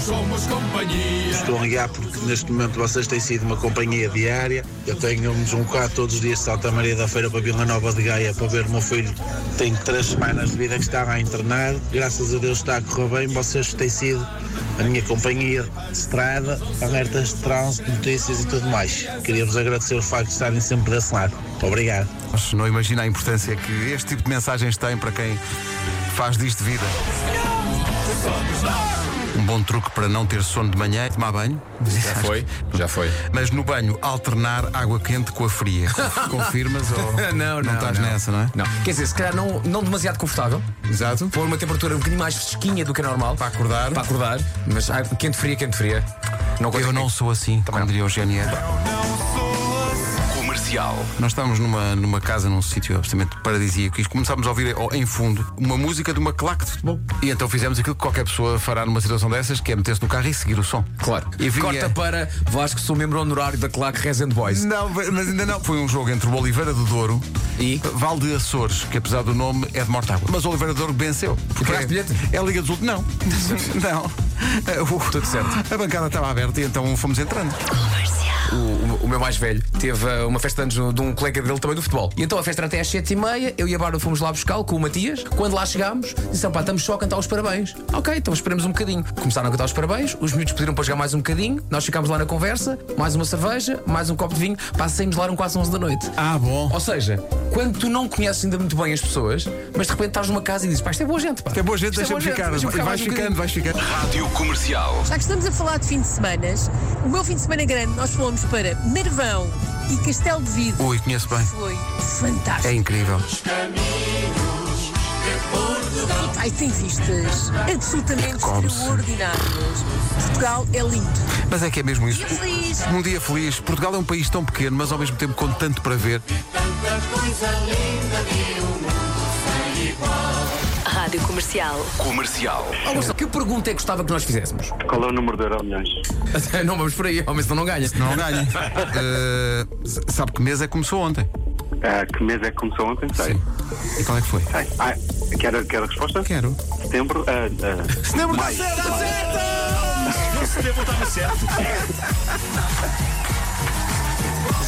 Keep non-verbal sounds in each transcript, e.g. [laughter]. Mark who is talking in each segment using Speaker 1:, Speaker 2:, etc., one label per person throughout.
Speaker 1: somos companhia.
Speaker 2: Estou a ligar porque neste momento vocês têm sido uma companhia diária. Eu tenho me deslocado todos os dias de Santa Maria da Feira para Vila Nova de Gaia para ver o meu filho. Tem três semanas de vida que está lá internado. Graças a Deus está a correr bem. Vocês têm sido a minha companhia de estrada, alertas de trânsito, notícias e tudo mais. Queria-vos agradecer o facto de estarem sempre desse lado. Obrigado.
Speaker 3: Mas não imagina a importância que este tipo de mensagens tem para quem faz disto vida. Um bom truque para não ter sono de manhã é tomar banho.
Speaker 4: Já foi, já foi.
Speaker 3: Mas no banho, alternar água quente com a
Speaker 4: [laughs]
Speaker 3: fria. Confirmas ou
Speaker 4: Não, não,
Speaker 3: estás
Speaker 4: não.
Speaker 3: nessa, não é?
Speaker 4: Não. Quer dizer, se calhar não, não demasiado confortável.
Speaker 3: Exato.
Speaker 4: Pôr uma temperatura um bocadinho mais fresquinha do que a normal.
Speaker 3: Para acordar.
Speaker 4: Para acordar. Mas ai, quente fria, quente fria. Não conta
Speaker 3: Eu não
Speaker 4: comigo.
Speaker 3: sou assim, como diria o GNR.
Speaker 5: Comercial.
Speaker 3: Nós estávamos numa, numa casa, num sítio absolutamente paradisíaco e começámos a ouvir ó, em fundo uma música de uma claque de futebol. E então fizemos aquilo que qualquer pessoa fará numa situação dessas, que é meter-se no carro e seguir o som.
Speaker 4: Claro.
Speaker 3: E vinha-
Speaker 4: Corta para Vasco, sou membro honorário da Claque Resident Boys.
Speaker 3: Não, mas ainda não. Foi um jogo entre o Oliveira do Douro
Speaker 4: E?
Speaker 3: Val de Açores, que apesar do nome é de Mortágua. Mas o Oliveira do Douro venceu.
Speaker 4: Compraste bilhete?
Speaker 3: É a Liga dos Últimos. Não. [laughs] não. Eh, o-
Speaker 4: Tudo certo.
Speaker 3: A bancada estava aberta e então fomos entrando.
Speaker 4: O, o- o meu mais velho teve uh, uma festa de anos de um colega dele também do futebol. E então a festa era até às 7h30, eu e a Bárbara fomos lá buscá-lo com o Matias. Quando lá chegámos, disseram pá, estamos só a cantar os parabéns. Ok, então esperemos um bocadinho. Começaram a cantar os parabéns, os miúdos pediram para jogar mais um bocadinho, nós ficámos lá na conversa, mais uma cerveja, mais um copo de vinho, pá, saímos lá eram quase 11 da noite.
Speaker 3: Ah, bom.
Speaker 4: Ou seja, quando tu não conheces ainda muito bem as pessoas, mas de repente estás numa casa e dizes, pá, isto é boa gente, pá.
Speaker 3: É boa gente,
Speaker 4: Isto é
Speaker 3: deixa-me
Speaker 4: boa
Speaker 3: ficar.
Speaker 4: gente, deixa-me
Speaker 3: E vais
Speaker 4: mais um bocadinho."
Speaker 3: ficando, vais ficando.
Speaker 5: Rádio Comercial.
Speaker 6: Já que estamos a falar de fim de semanas, o meu fim de semana grande nós fomos para Nervão e Castelo de Vido.
Speaker 3: Ui, conheço bem.
Speaker 6: Foi fantástico.
Speaker 3: É incrível.
Speaker 6: Ai, tem vistas absolutamente
Speaker 3: Come-se.
Speaker 6: extraordinárias. Portugal é lindo.
Speaker 3: Mas é que é mesmo isso.
Speaker 6: Dia feliz.
Speaker 3: Um dia feliz. Portugal é um país tão pequeno, mas ao mesmo tempo com tanto para ver.
Speaker 7: Rádio Comercial.
Speaker 5: Comercial.
Speaker 4: Oh, Marcelo, que pergunta é que gostava que nós fizéssemos?
Speaker 8: Qual é o número de euro milhões?
Speaker 4: [laughs] não vamos por aí, homem, senão não ganha.
Speaker 3: Não ganha. [laughs] Eh, s- sabe que mês é que começou ontem?
Speaker 8: Ah, que mês é que começou ontem? Sei.
Speaker 3: E qual é que foi?
Speaker 8: Sei. Ah, quero, quero a resposta?
Speaker 3: Quero.
Speaker 8: Setembro. ah, ah,
Speaker 3: Setembro está
Speaker 8: maio.
Speaker 3: certo, está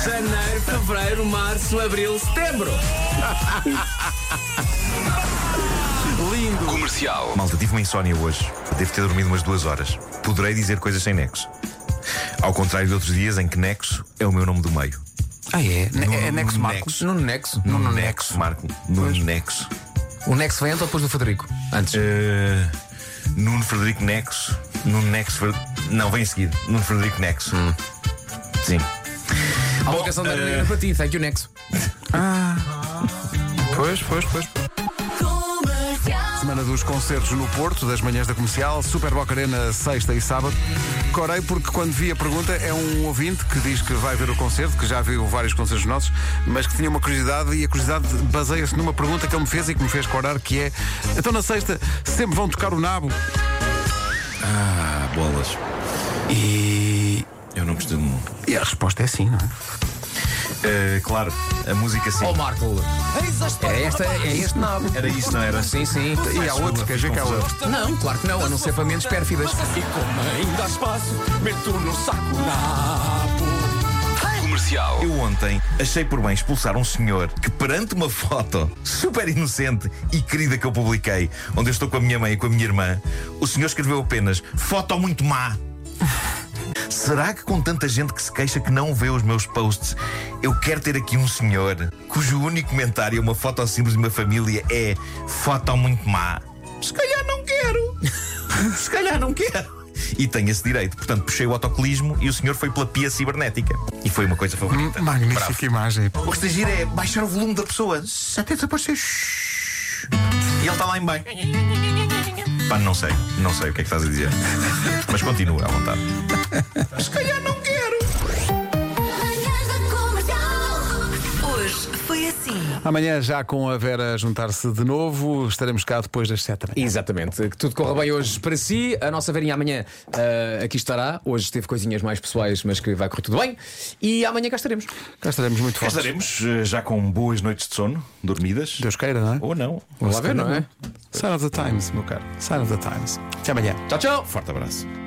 Speaker 4: Janeiro, fevereiro, março, abril, setembro.
Speaker 5: Comercial.
Speaker 9: Malta, tive uma insónia hoje. Devo ter dormido umas duas horas. Poderei dizer coisas sem nexo. Ao contrário de outros dias em que nexo é o meu nome do meio.
Speaker 4: Ah, é?
Speaker 9: No-
Speaker 4: é Nexo
Speaker 9: no
Speaker 4: Marcos? No Nexo.
Speaker 9: No nexo, Marco. No nexo.
Speaker 4: O Nexo vem antes ou depois do Frederico? Antes.
Speaker 9: Eh, Nuno Frederico Nexo. Nuno Nexo. Fer- Não, vem em seguida. Nuno Frederico Nexo. Sim.
Speaker 4: Há uma
Speaker 9: eh,
Speaker 4: canção da Marina para ti, thank you, Nexo.
Speaker 3: Pois, pois, pois. Semana dos concertos no Porto, das manhãs da comercial, Super Boca Arena, sexta e sábado. Corei porque quando vi a pergunta é um ouvinte que diz que vai ver o concerto, que já viu vários concertos nossos, mas que tinha uma curiosidade e a curiosidade baseia-se numa pergunta que ele me fez e que me fez corar, que é então na sexta sempre vão tocar o nabo.
Speaker 9: Ah, bolas. E. Eu não costumo.
Speaker 3: E a resposta é sim, não é?
Speaker 9: Eh, claro, a música sim.
Speaker 4: Oh, Marco. É, esta, é este nabo.
Speaker 9: Era isso, não era?
Speaker 4: Sim, sim.
Speaker 3: E há outro, quer dizer que há outro.
Speaker 4: Não, claro que não, a não ser para menos pérfidas.
Speaker 5: Comercial.
Speaker 9: Eu ontem achei por bem expulsar um senhor que, perante uma foto super inocente e querida que eu publiquei, onde eu estou com a minha mãe e com a minha irmã, o senhor escreveu apenas foto muito má. [laughs] Será que com tanta gente que se queixa que não vê os meus posts, eu quero ter aqui um senhor cujo único comentário é uma foto simples de uma família é foto muito má? Se calhar não quero. [laughs] se calhar não quero. E tenho esse direito. Portanto, puxei o autocolismo e o senhor foi pela pia cibernética. E foi uma coisa favorita.
Speaker 3: Magnífica imagem.
Speaker 9: O que se gira é baixar o volume da pessoa. Se Até desaparecer. Shhh. E ele está lá em bem. Pá, não sei. Não sei o que é que estás a dizer. Mas continua à vontade. Se calhar não quero.
Speaker 7: Hoje foi assim.
Speaker 3: Amanhã, já com a Vera a juntar-se de novo, estaremos cá depois das sete da manhã.
Speaker 4: Exatamente. Que tudo corra bem hoje para si. A nossa verinha amanhã ah, aqui estará. Hoje teve coisinhas mais pessoais, mas que vai correr tudo bem. E amanhã cá estaremos.
Speaker 3: Cá estaremos muito
Speaker 9: Cá
Speaker 3: fortes.
Speaker 9: estaremos eh, já com boas noites de sono, dormidas.
Speaker 3: Deus queira, não é?
Speaker 9: Ou não.
Speaker 4: Vamos lá ver, não é?
Speaker 3: Sign of the Times, meu caro. Sign of the Times. Até amanhã.
Speaker 4: Tchau, tchau.
Speaker 9: Forte abraço.